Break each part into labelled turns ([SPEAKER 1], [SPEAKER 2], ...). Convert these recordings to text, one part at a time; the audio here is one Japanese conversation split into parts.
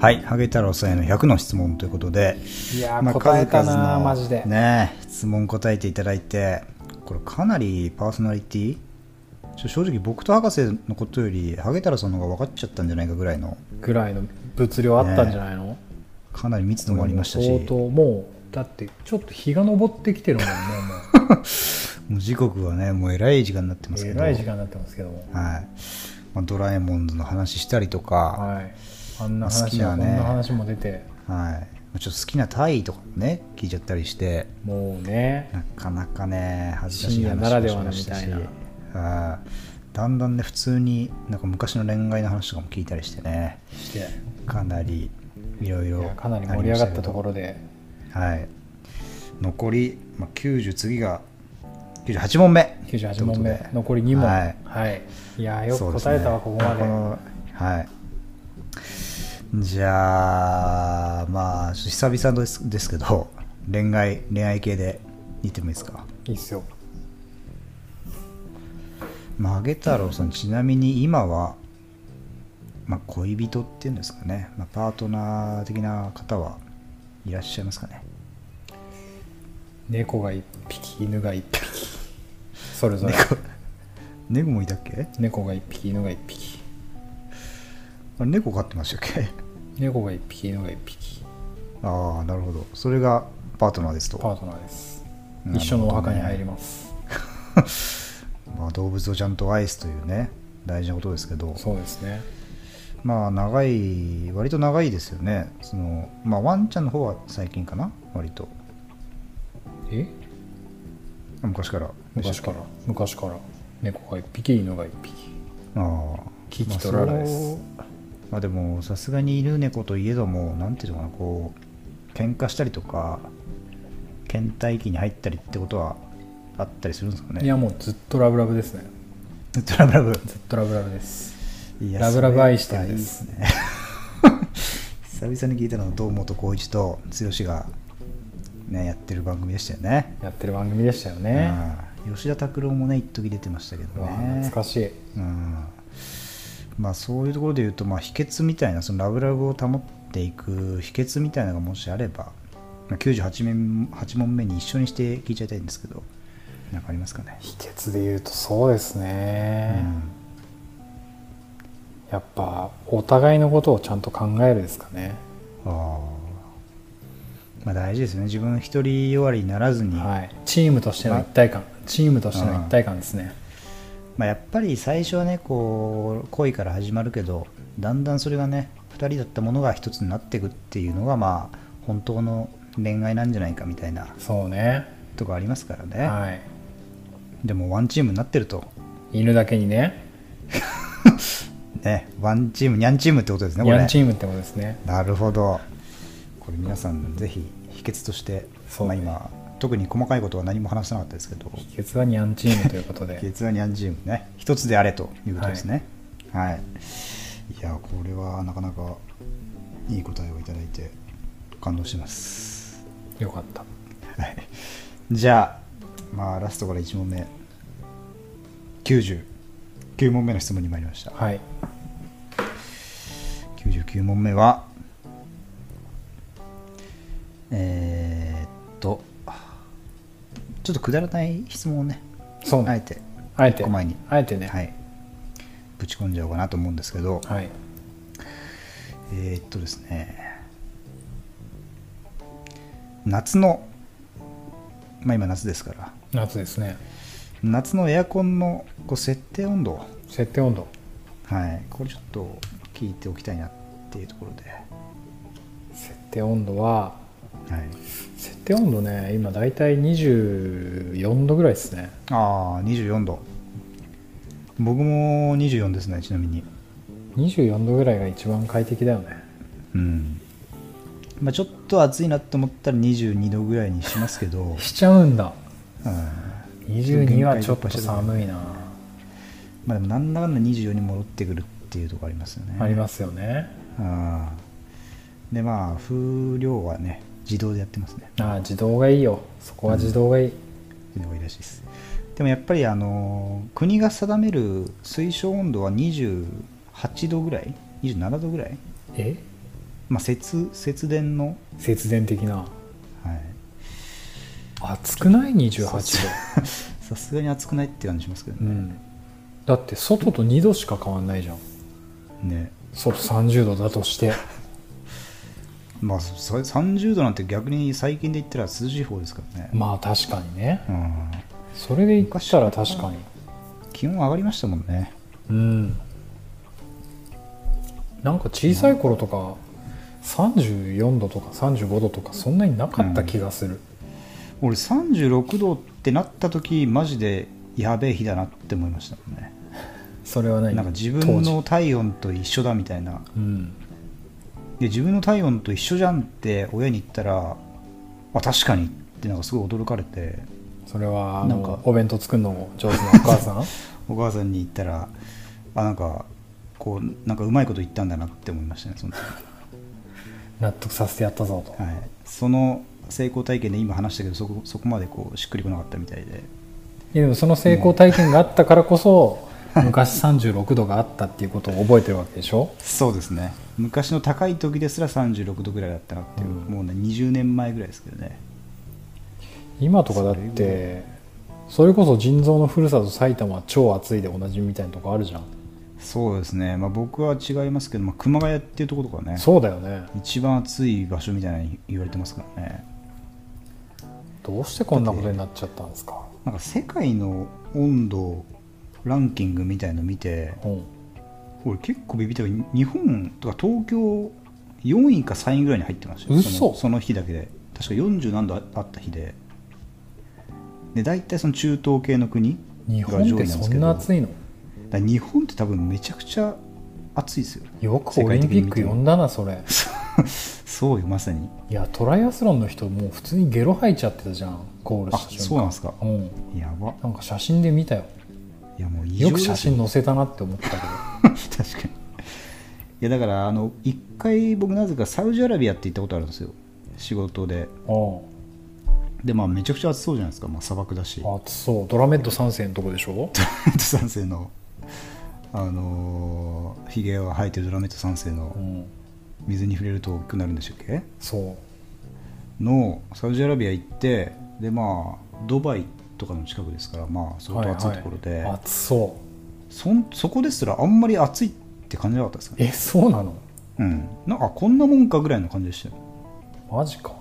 [SPEAKER 1] はい萩太郎さんへの100の質問ということで
[SPEAKER 2] いやー、答えたな
[SPEAKER 1] の
[SPEAKER 2] マジで、
[SPEAKER 1] ねえ質問答えていただいてこれかなりパーソナリティちょ正直僕と博士のことより萩太郎さんの方が分かっちゃったんじゃないかぐらいの
[SPEAKER 2] ぐらいの物量あったんじゃないの、
[SPEAKER 1] かなり密度もありましたし
[SPEAKER 2] 相当
[SPEAKER 1] も
[SPEAKER 2] もうだってちょっと日が昇ってきてるもんねもう
[SPEAKER 1] う時刻はねもうえらい時間になってますけ
[SPEAKER 2] え
[SPEAKER 1] ど
[SPEAKER 2] らい時間になってますけども、
[SPEAKER 1] はいまあ、ドラえもんの話したりとか、
[SPEAKER 2] はい、あんな
[SPEAKER 1] 好き
[SPEAKER 2] 話
[SPEAKER 1] な
[SPEAKER 2] も、こん
[SPEAKER 1] ね
[SPEAKER 2] な話も出て
[SPEAKER 1] はいちょっと好きなタイとかもね聞いちゃったりして
[SPEAKER 2] もうね
[SPEAKER 1] なかなかね恥ずかしい
[SPEAKER 2] 深夜
[SPEAKER 1] 話
[SPEAKER 2] ならでは
[SPEAKER 1] も
[SPEAKER 2] の
[SPEAKER 1] し
[SPEAKER 2] み
[SPEAKER 1] ま
[SPEAKER 2] た
[SPEAKER 1] し
[SPEAKER 2] いな
[SPEAKER 1] あーだんだんね普通になんか昔の恋愛の話とかも聞いたりしてね
[SPEAKER 2] して
[SPEAKER 1] かなりいろい
[SPEAKER 2] い
[SPEAKER 1] ろ
[SPEAKER 2] やかなり盛り上がったところで
[SPEAKER 1] はい残り、まあ、90次が98問目
[SPEAKER 2] 98
[SPEAKER 1] というこ
[SPEAKER 2] 問目
[SPEAKER 1] とで
[SPEAKER 2] 残り2問
[SPEAKER 1] は
[SPEAKER 2] はい
[SPEAKER 1] い、
[SPEAKER 2] い、やーよ
[SPEAKER 1] そ
[SPEAKER 2] く
[SPEAKER 1] うです
[SPEAKER 2] 答
[SPEAKER 1] ね
[SPEAKER 2] えたわ、ここまで
[SPEAKER 1] のはいじゃあまあちょっと久々ですですけど恋愛恋愛系でいってもいいですか
[SPEAKER 2] いいっすよ
[SPEAKER 1] まあ、げ太郎さんちなみに今は、まあ、恋人っていうんですかね、まあ、パートナー的な方はいらっしゃいますかね
[SPEAKER 2] 猫が1匹犬が1匹それぞれ
[SPEAKER 1] 猫猫もいたっけ
[SPEAKER 2] 猫が1匹犬が1匹
[SPEAKER 1] あれ猫飼ってましたっけ
[SPEAKER 2] 猫が1匹犬が1匹
[SPEAKER 1] ああなるほどそれがパートナーですと
[SPEAKER 2] パートナーです、
[SPEAKER 1] なるほどね
[SPEAKER 2] 一緒のお墓に入ります
[SPEAKER 1] まあ、動物をちゃんと愛すというね大事なことですけど
[SPEAKER 2] そうですね
[SPEAKER 1] まあ長い割と長いですよねそのまあワンちゃんの方は最近かな割と
[SPEAKER 2] え
[SPEAKER 1] 昔から
[SPEAKER 2] 昔から昔から猫が1匹犬が1匹
[SPEAKER 1] ああ
[SPEAKER 2] キキとララで
[SPEAKER 1] ま
[SPEAKER 2] す
[SPEAKER 1] あそうまあでもさすがに犬猫といえどもなんていうのかなこう喧嘩したりとか倦怠期に入ったりってことはあったりするんですかね
[SPEAKER 2] いやもうずっとラブラブですね
[SPEAKER 1] トラブラブ
[SPEAKER 2] ずっとラブラブです
[SPEAKER 1] いや
[SPEAKER 2] ラブラブ愛してる
[SPEAKER 1] それ
[SPEAKER 2] ん
[SPEAKER 1] いい
[SPEAKER 2] で
[SPEAKER 1] ですすね久々に聞いたのは堂本光一と剛がねやってる番組でしたよね
[SPEAKER 2] やってる番組でしたよね
[SPEAKER 1] うん吉田拓郎もね一時出てましたけ
[SPEAKER 2] う
[SPEAKER 1] ど
[SPEAKER 2] わ
[SPEAKER 1] ね
[SPEAKER 2] 懐かしい
[SPEAKER 1] うんまあそういうところで言うと、まあ、秘訣みたいなそのラブラブを保っていく秘訣みたいなのがもしあれば、まあ、98面8問目に一緒にして聞いちゃいたいんですけどなんかありますかね、
[SPEAKER 2] 秘訣で言うとそうですね、やっぱお互いのことをちゃんと考えるですかね
[SPEAKER 1] うん、あーまあ大事ですね自分一人弱りにならずに、
[SPEAKER 2] はいチームとしての一体感チームとしての一体感ですね
[SPEAKER 1] まあ、やっぱり最初はねこう恋から始まるけどだんだんそれがね2人だったものが一つになっていくっていうのがまあ本当の恋愛なんじゃないかみたいな
[SPEAKER 2] そうね
[SPEAKER 1] とこありますからね、
[SPEAKER 2] はい
[SPEAKER 1] でもワンチームになってると、
[SPEAKER 2] 犬だけにね
[SPEAKER 1] ね、ワンチーム、ニャンチームってことですね、こ
[SPEAKER 2] ヤン
[SPEAKER 1] れ。
[SPEAKER 2] チームってことですね
[SPEAKER 1] なるほど。これ皆さん、ぜひ秘訣として、
[SPEAKER 2] そう
[SPEAKER 1] まあ
[SPEAKER 2] ね
[SPEAKER 1] 今、特に細かいことは何も話さなかったですけど、秘
[SPEAKER 2] 秘訣はニャンチームというこ とで
[SPEAKER 1] 訣はニャンチームね、一つであれということですね。はい。い、や、これはなかなかいい答えをいただいて、感動してます。
[SPEAKER 2] よかった
[SPEAKER 1] はい。じゃあ、まあ、ラストから1問目、90、9問目の質問に参りました。
[SPEAKER 2] はい
[SPEAKER 1] 99問目はえーっとちょっとくだらない質問をね
[SPEAKER 2] そうね
[SPEAKER 1] あえて
[SPEAKER 2] あえて
[SPEAKER 1] 一個前に
[SPEAKER 2] あえてね
[SPEAKER 1] はいぶち込んじゃおうかなと思うんですけど
[SPEAKER 2] はい
[SPEAKER 1] えーっとですね夏のまあ今夏ですから
[SPEAKER 2] 夏ですね
[SPEAKER 1] 夏のエアコンのこう設定温度
[SPEAKER 2] 設定温度
[SPEAKER 1] はいこれちょっと聞いておきたいなっていうところで
[SPEAKER 2] 設定温度は
[SPEAKER 1] はい
[SPEAKER 2] 設定温度ね今大体24度ぐらいですね
[SPEAKER 1] ああ24度僕も24ですねちなみに
[SPEAKER 2] 24度ぐらいが一番快適だよね
[SPEAKER 1] うん、まあ、ちょっと暑いなと思ったら22度ぐらいにしますけど、うん
[SPEAKER 2] しちゃうんだ22はちょっと寒いな、
[SPEAKER 1] まあ、でもなんだかんだ24に戻ってくるっていうところありますよね
[SPEAKER 2] ありますよね
[SPEAKER 1] あーでまあ風量はね自動でやってますね
[SPEAKER 2] ああ自動がいいよそこは自動がいい、
[SPEAKER 1] 自動がいいらしいですでもやっぱりあのー国が定める推奨温度は28度ぐらい27度ぐらい
[SPEAKER 2] え
[SPEAKER 1] まあ、節節電の、
[SPEAKER 2] 節電的な
[SPEAKER 1] はい、
[SPEAKER 2] 暑くない28度
[SPEAKER 1] さすがに暑くないって感じしますけど
[SPEAKER 2] う
[SPEAKER 1] ね,、
[SPEAKER 2] んだって外と2度しか変わんないじゃん
[SPEAKER 1] ね
[SPEAKER 2] 外30度だと して
[SPEAKER 1] まあ、そ30度なんて逆に最近で言ったら涼しい方ですからね、
[SPEAKER 2] まあ確かにね
[SPEAKER 1] うん、
[SPEAKER 2] それで言ったら確かに
[SPEAKER 1] 気温上がりましたもんね
[SPEAKER 2] うんなんか小さい頃とか34度とか35度とかそんなになかった気がする、
[SPEAKER 1] 俺36度ってなった時マジでやべえ日だなって思いましたもんね
[SPEAKER 2] それは何
[SPEAKER 1] なんか自
[SPEAKER 2] 当
[SPEAKER 1] 分
[SPEAKER 2] 時
[SPEAKER 1] の体温と一緒だみたいな
[SPEAKER 2] うん
[SPEAKER 1] で自分の体温と一緒じゃんって親に言ったらあ確かにってなんかすごい驚かれて
[SPEAKER 2] それはあ
[SPEAKER 1] な
[SPEAKER 2] の
[SPEAKER 1] んか
[SPEAKER 2] お弁当作るの上手なお母 さん
[SPEAKER 1] お母さんに言ったらあなんかこうなんかうまいこと言ったんだなって思いましたねその時
[SPEAKER 2] 納得させてやったぞと
[SPEAKER 1] はい、その成功体験で今話したけどそこそこまでこうしっくりこなかったみたいで
[SPEAKER 2] いやでもその成功体験があったから こそ昔36度があったっていうことを覚えてるわけでしょ
[SPEAKER 1] そうですね昔の高い時ですら36度ぐらいだったなっていう、
[SPEAKER 2] うん
[SPEAKER 1] もうね20年前ぐらいですけどね
[SPEAKER 2] 今とかだってそれこそ腎臓のふるさと埼玉は超暑いでおなじみみたいなとこあるじゃん、
[SPEAKER 1] そうですね、まあ、僕は違いますけど、まあ、熊谷っていうところとかね
[SPEAKER 2] そうだよね
[SPEAKER 1] 一番暑い場所みたいなに言われてますからね
[SPEAKER 2] どうしてこんなことになっちゃったんですか、
[SPEAKER 1] なんか世界の温度ランキングみたいの見て
[SPEAKER 2] うん、
[SPEAKER 1] 俺結構ビビったけど日本とか東京4位か3位ぐらいに入ってましたよ
[SPEAKER 2] 嘘
[SPEAKER 1] そのその日だけで確か40何度ああった日でで大体その中東系の国
[SPEAKER 2] 日
[SPEAKER 1] が上位な
[SPEAKER 2] 本っ
[SPEAKER 1] ん
[SPEAKER 2] て
[SPEAKER 1] ですけど
[SPEAKER 2] そんな暑いの
[SPEAKER 1] だから日本って多分めちゃくちゃ暑いですよ
[SPEAKER 2] よくオリンピック呼んだなそれ
[SPEAKER 1] そうよまさに
[SPEAKER 2] いやトライアスロンの人もう普通にゲロ吐いちゃってたじゃんコール
[SPEAKER 1] あ
[SPEAKER 2] した
[SPEAKER 1] そう
[SPEAKER 2] 瞬
[SPEAKER 1] なん
[SPEAKER 2] 間
[SPEAKER 1] ですか
[SPEAKER 2] う、ん、
[SPEAKER 1] やば
[SPEAKER 2] なんか写真で見たよ
[SPEAKER 1] いやもう異常
[SPEAKER 2] よ
[SPEAKER 1] で
[SPEAKER 2] く
[SPEAKER 1] す
[SPEAKER 2] 写真載せたなって思ったけど
[SPEAKER 1] 確かにいやだからあの一回僕なぜかサウジアラビアって行ったことあるんですよ仕事で
[SPEAKER 2] あ
[SPEAKER 1] でまあめちゃくちゃ暑そうじゃないですか、まあ、砂漠だし
[SPEAKER 2] あ暑そうドラメッド3世のとこでしょ
[SPEAKER 1] ドラメット三世の、 あのー、ヒゲが生えてるドラメット三世の
[SPEAKER 2] うん
[SPEAKER 1] 水に触れると大きくなるんでしたっけ
[SPEAKER 2] そう
[SPEAKER 1] のサウジアラビア行ってでまあドバイとかの近くですからまあ相当暑いところで、
[SPEAKER 2] はいはい暑そ
[SPEAKER 1] そんそこですらあんまり暑いって感じなかったですか
[SPEAKER 2] う
[SPEAKER 1] ね
[SPEAKER 2] えそうなの
[SPEAKER 1] うんなんかこんなもんかぐらいの感じでしたよ
[SPEAKER 2] マジか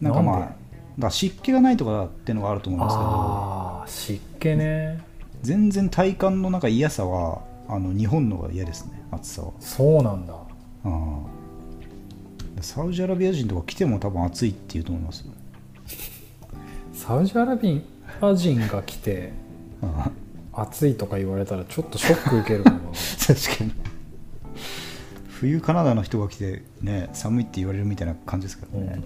[SPEAKER 1] なんかまあ
[SPEAKER 2] な
[SPEAKER 1] だ
[SPEAKER 2] んで
[SPEAKER 1] から湿気がないとかっていうのがあると思うんですけど
[SPEAKER 2] ああ湿気ね
[SPEAKER 1] 全然体感のなんか嫌さはあの日本の方が嫌ですね暑さは
[SPEAKER 2] そうなんだ
[SPEAKER 1] ああサウジアラビア人とか来ても多分暑いっていうと思いますよ
[SPEAKER 2] サウジアラビア人が来て
[SPEAKER 1] ああ
[SPEAKER 2] 暑いとか言われたらちょっとショック受けるかも
[SPEAKER 1] 確かに冬カナダの人が来てね寒いって言われるみたいな感じですけど ね、
[SPEAKER 2] うん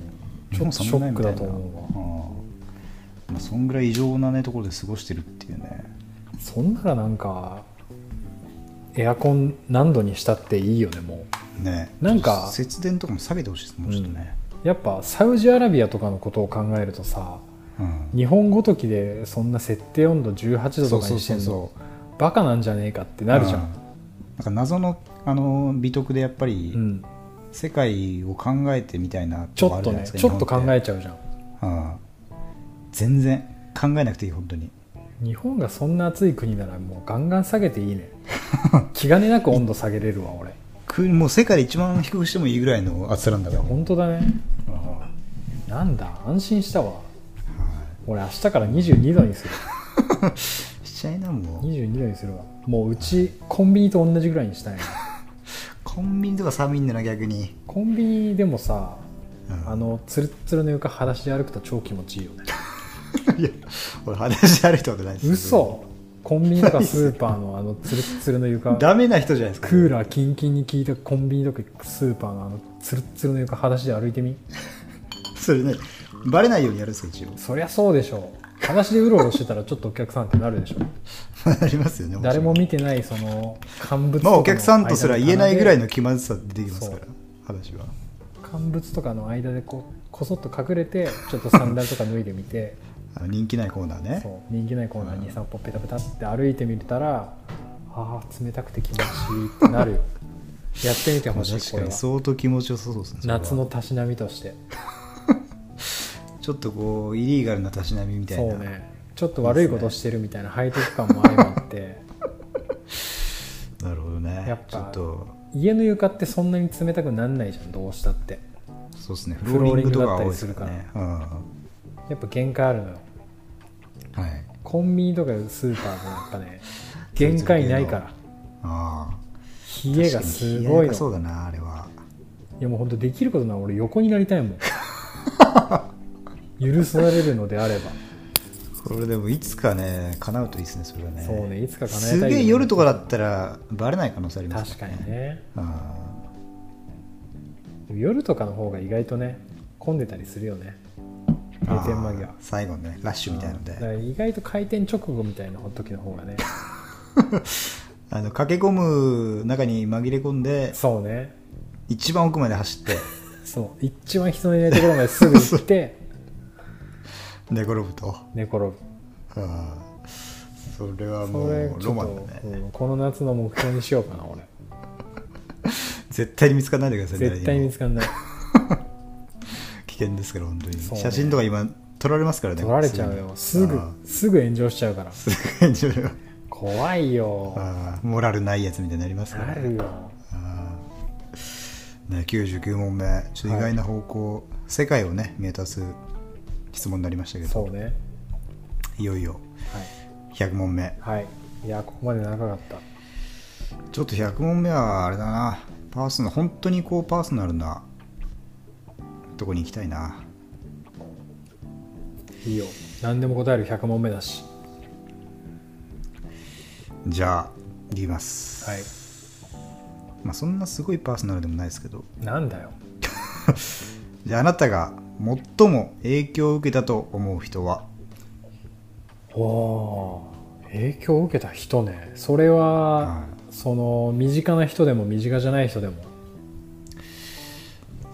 [SPEAKER 1] 日本寒くないみたいな
[SPEAKER 2] ちょっとショックだ
[SPEAKER 1] あ
[SPEAKER 2] と
[SPEAKER 1] あまあそんぐらい異常なねところで過ごしてるっていうね
[SPEAKER 2] そんならなんかエアコン何度にしたっていいよねも
[SPEAKER 1] ね
[SPEAKER 2] なんか
[SPEAKER 1] ちょっと節電とかも下げてほしいですもうちょっとね、
[SPEAKER 2] うやっぱサウジアラビアとかのことを考えるとさ
[SPEAKER 1] うん
[SPEAKER 2] 日本ごときでそんな設定温度18度とかにしてんの
[SPEAKER 1] う
[SPEAKER 2] バカなんじゃねえかってなるじゃ、
[SPEAKER 1] うんなんか謎のあの美徳でやっぱり、
[SPEAKER 2] うん、
[SPEAKER 1] 世界を考えてみたいな
[SPEAKER 2] ちょ
[SPEAKER 1] とこあ
[SPEAKER 2] っ
[SPEAKER 1] るじ
[SPEAKER 2] と
[SPEAKER 1] ゃない
[SPEAKER 2] ね
[SPEAKER 1] ですか
[SPEAKER 2] ちょっと考
[SPEAKER 1] え
[SPEAKER 2] えちゃうじゃん
[SPEAKER 1] ああ全然考えなくていい本当に
[SPEAKER 2] 日本がそんな暑い国ならもうガンガン下げ ていいね気兼ねなく温度下げれるわ俺
[SPEAKER 1] くもう世界で一番低くしてもいいぐらいの暑さなんだから
[SPEAKER 2] 本当だね
[SPEAKER 1] あ
[SPEAKER 2] なんだ安心したわ
[SPEAKER 1] あはい
[SPEAKER 2] 俺明日から22度にする
[SPEAKER 1] しちゃいなもう
[SPEAKER 2] 22度にするわもううちコンビニと同じぐらいにしたいな
[SPEAKER 1] コンビニとか寒いんだな逆に、
[SPEAKER 2] コンビニでもさ
[SPEAKER 1] うん
[SPEAKER 2] あのツルッツルの床裸足で歩くと超気持ちいいよね
[SPEAKER 1] いや俺話し歩いたことないですけど
[SPEAKER 2] 嘘コンビニとかスーパ ーのあのツルッツルの床
[SPEAKER 1] ダメな人じゃないですか
[SPEAKER 2] クーラーキンキンに効いたコンビニとかスーパーのあのツルッツルの床裸足で歩いてみ
[SPEAKER 1] それねバレないようにやるんですか一応
[SPEAKER 2] そりゃそうでしょう裸足でうろうろしてたらちょっとお客さんってなるでしょ
[SPEAKER 1] ありますよね
[SPEAKER 2] 誰も
[SPEAKER 1] ち
[SPEAKER 2] 見てないその乾物と
[SPEAKER 1] ろんま
[SPEAKER 2] か
[SPEAKER 1] あお客さんとすら言えないぐらい
[SPEAKER 2] の
[SPEAKER 1] の気まずさ出てきますから話は
[SPEAKER 2] 乾物とかの間でこうこそっと隠れてちょっとサンダルとか脱いでみて
[SPEAKER 1] あの人気ないコーナーね
[SPEAKER 2] そう人気ないコーナーに23歩ペタペタって歩いてみたらああ冷たくて気持ちいいってなるよ やってみて
[SPEAKER 1] ま
[SPEAKER 2] ほ
[SPEAKER 1] あ
[SPEAKER 2] しい
[SPEAKER 1] 確
[SPEAKER 2] こ
[SPEAKER 1] か
[SPEAKER 2] れは
[SPEAKER 1] に相当気持ちよさそうですねそれは
[SPEAKER 2] 夏のたしなみとして
[SPEAKER 1] ちょっとこうイリーガルなたしなみみたい
[SPEAKER 2] そ
[SPEAKER 1] な
[SPEAKER 2] うねちょっと悪いことしてるみたいな背徳感も相まって
[SPEAKER 1] なるほどね
[SPEAKER 2] やっぱ
[SPEAKER 1] ちょっと
[SPEAKER 2] 家の床ってそんなに冷たくなんないじゃんどうしたって
[SPEAKER 1] そうですね
[SPEAKER 2] フ
[SPEAKER 1] フ
[SPEAKER 2] ロ
[SPEAKER 1] ロ
[SPEAKER 2] ー
[SPEAKER 1] ー
[SPEAKER 2] リ
[SPEAKER 1] リ
[SPEAKER 2] ン
[SPEAKER 1] ン
[SPEAKER 2] グ
[SPEAKER 1] グと
[SPEAKER 2] とか
[SPEAKER 1] か多
[SPEAKER 2] 多
[SPEAKER 1] い
[SPEAKER 2] いで
[SPEAKER 1] ですす
[SPEAKER 2] ね
[SPEAKER 1] ね
[SPEAKER 2] やっぱ限界あるのよ
[SPEAKER 1] うんはい
[SPEAKER 2] コンビニとかスーパーもやっ ぱね限界ないから
[SPEAKER 1] ああ
[SPEAKER 2] 冷えがすごい
[SPEAKER 1] 確かに冷えがそ
[SPEAKER 2] の
[SPEAKER 1] うだなあれはい
[SPEAKER 2] やもうほんとできることなら俺横になりた いもん許されるのであれば
[SPEAKER 1] これでもいつかね叶うといいですねそれはね
[SPEAKER 2] そうねいつか叶えたい
[SPEAKER 1] すげえ夜とかだったらバレない可能性あります
[SPEAKER 2] 確かにね
[SPEAKER 1] あ
[SPEAKER 2] 夜とかの方が意外とね混んでたりするよね
[SPEAKER 1] ー
[SPEAKER 2] 閉店間際
[SPEAKER 1] あー最後ねラッシュみたいの
[SPEAKER 2] だか
[SPEAKER 1] で
[SPEAKER 2] ら意外と開店直後みたいな時の方がね
[SPEAKER 1] あの駆け込む中に紛れ込んで
[SPEAKER 2] そうね
[SPEAKER 1] 一番奥まで走って
[SPEAKER 2] そう一番人のいないところまですぐ行って
[SPEAKER 1] 寝転ぶと
[SPEAKER 2] 寝転ぶ
[SPEAKER 1] あーそれはも
[SPEAKER 2] それ
[SPEAKER 1] う
[SPEAKER 2] ちょ
[SPEAKER 1] ロ
[SPEAKER 2] っ
[SPEAKER 1] マン
[SPEAKER 2] と
[SPEAKER 1] だね、
[SPEAKER 2] うんこの夏の目標にしようかな俺
[SPEAKER 1] 絶対に見つからないでくださいね
[SPEAKER 2] 絶対見つかんない
[SPEAKER 1] 危険ですから本当に、
[SPEAKER 2] そうね
[SPEAKER 1] 写真とか今撮られますからね
[SPEAKER 2] 取られちゃうよすぐ
[SPEAKER 1] あ
[SPEAKER 2] すぐ炎上しちゃうから
[SPEAKER 1] ーすごい重要
[SPEAKER 2] 怖いよ
[SPEAKER 1] あーモラルないやつみたいになりますから
[SPEAKER 2] な
[SPEAKER 1] ね
[SPEAKER 2] るよ
[SPEAKER 1] あーね、99問目ちょっと意外な方向、世界をね見渡す質問になりましたけ
[SPEAKER 2] そう
[SPEAKER 1] ど
[SPEAKER 2] ね
[SPEAKER 1] いよいよ100問目
[SPEAKER 2] はい、はい、いやここまで長かった
[SPEAKER 1] ちょっと100問目はあれだなパーソナ本当にこうパーソナルなとこに行きたいない
[SPEAKER 2] いよ何でも答える100問目だし
[SPEAKER 1] じゃあいきます、
[SPEAKER 2] はい
[SPEAKER 1] まあ、そんなすごいパーソナルでもないですけど
[SPEAKER 2] なんだよ
[SPEAKER 1] じゃああなたが最も影響を受けたと思う人は
[SPEAKER 2] おー影響を受けた人ねそれは、その身近な人でも身近じゃない人でも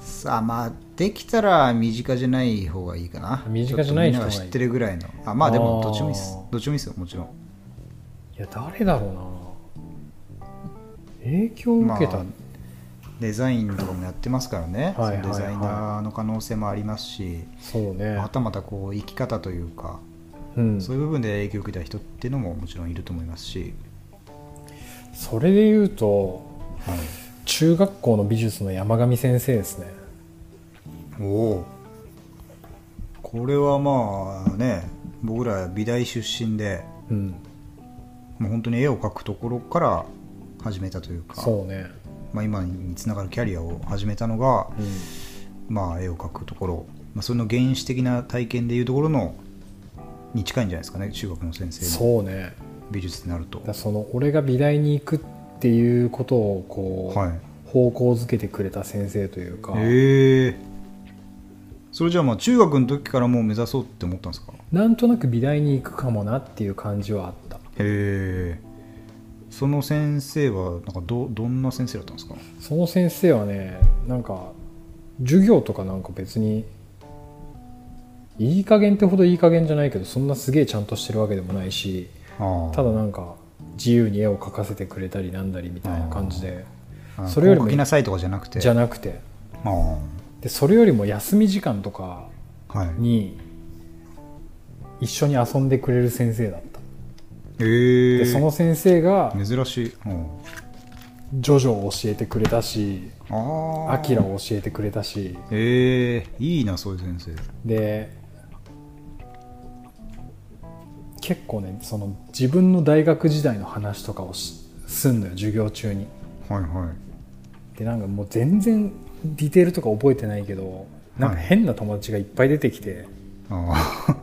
[SPEAKER 1] さあまあできたら身近じゃない方がいいかな
[SPEAKER 2] 身近じゃない
[SPEAKER 1] ち
[SPEAKER 2] 人
[SPEAKER 1] ょっ
[SPEAKER 2] が
[SPEAKER 1] と
[SPEAKER 2] い
[SPEAKER 1] みんな
[SPEAKER 2] い
[SPEAKER 1] が知ってるぐらいのあまあでも
[SPEAKER 2] あー
[SPEAKER 1] どっちもいいっすどっちもいいっすよもちろん
[SPEAKER 2] いや誰だろうな影響を受けた、
[SPEAKER 1] まあデザインとかもやってますからね、
[SPEAKER 2] はいはいはい
[SPEAKER 1] そのデザイナーの可能性もありますし、
[SPEAKER 2] そうね、
[SPEAKER 1] またまたこう生き方というか、
[SPEAKER 2] うん、
[SPEAKER 1] そういう部分で影響を受けた人っていうのももちろんいると思いますし、
[SPEAKER 2] それで言うと
[SPEAKER 1] はい、
[SPEAKER 2] 中学校の美術の山上先生ですね
[SPEAKER 1] おおこれはまあね僕ら美大出身で
[SPEAKER 2] うん
[SPEAKER 1] もう本当に絵を描くところから始めたというか
[SPEAKER 2] そうね
[SPEAKER 1] まあ、今につながるキャリアを始めたのが、
[SPEAKER 2] うん
[SPEAKER 1] まあ、絵を描くところ、まあ、それの原始的な体験でいうところのに近いんじゃないですかね中学の先生の
[SPEAKER 2] そうね
[SPEAKER 1] 美術になると
[SPEAKER 2] だからその俺が美大に行くっていうことをこう、
[SPEAKER 1] はい
[SPEAKER 2] 方向づけてくれた先生というか、
[SPEAKER 1] へえそれじゃあまあ中学の時からもう目指そうって思ったんですか
[SPEAKER 2] なんとなく美大に行くかもなっていう感じはあった
[SPEAKER 1] へえその先生はなんかどどんな先生だったんですか
[SPEAKER 2] その先生はねなんか授業とかなんか別にいい加減ってほどいい加減じゃないけどそんなすげえちゃんとしてるわけでもないし
[SPEAKER 1] ああ
[SPEAKER 2] ただなんか自由に絵を描かせてくれたりなんだりみたいな感じで
[SPEAKER 1] あの
[SPEAKER 2] それよりも
[SPEAKER 1] こう描きなさいとかじゃなくて
[SPEAKER 2] じゃなくて
[SPEAKER 1] あ
[SPEAKER 2] でそれよりも休み時間とか
[SPEAKER 1] あはい
[SPEAKER 2] に一緒に遊んでくれる先生だった
[SPEAKER 1] へ
[SPEAKER 2] で
[SPEAKER 1] え
[SPEAKER 2] その先生が
[SPEAKER 1] 珍しい、うん、
[SPEAKER 2] ジョジョを教えてくれたし
[SPEAKER 1] ああ
[SPEAKER 2] アキラを教えてくれたし
[SPEAKER 1] ええいいなそういう先
[SPEAKER 2] で結構ねその自分の大学時代の話とかをしすんのよ授業中に
[SPEAKER 1] 生はいはい
[SPEAKER 2] でなんかもう全然ディテールとか覚えてないけどなんか変な友達がいっぱい出てきて、
[SPEAKER 1] あ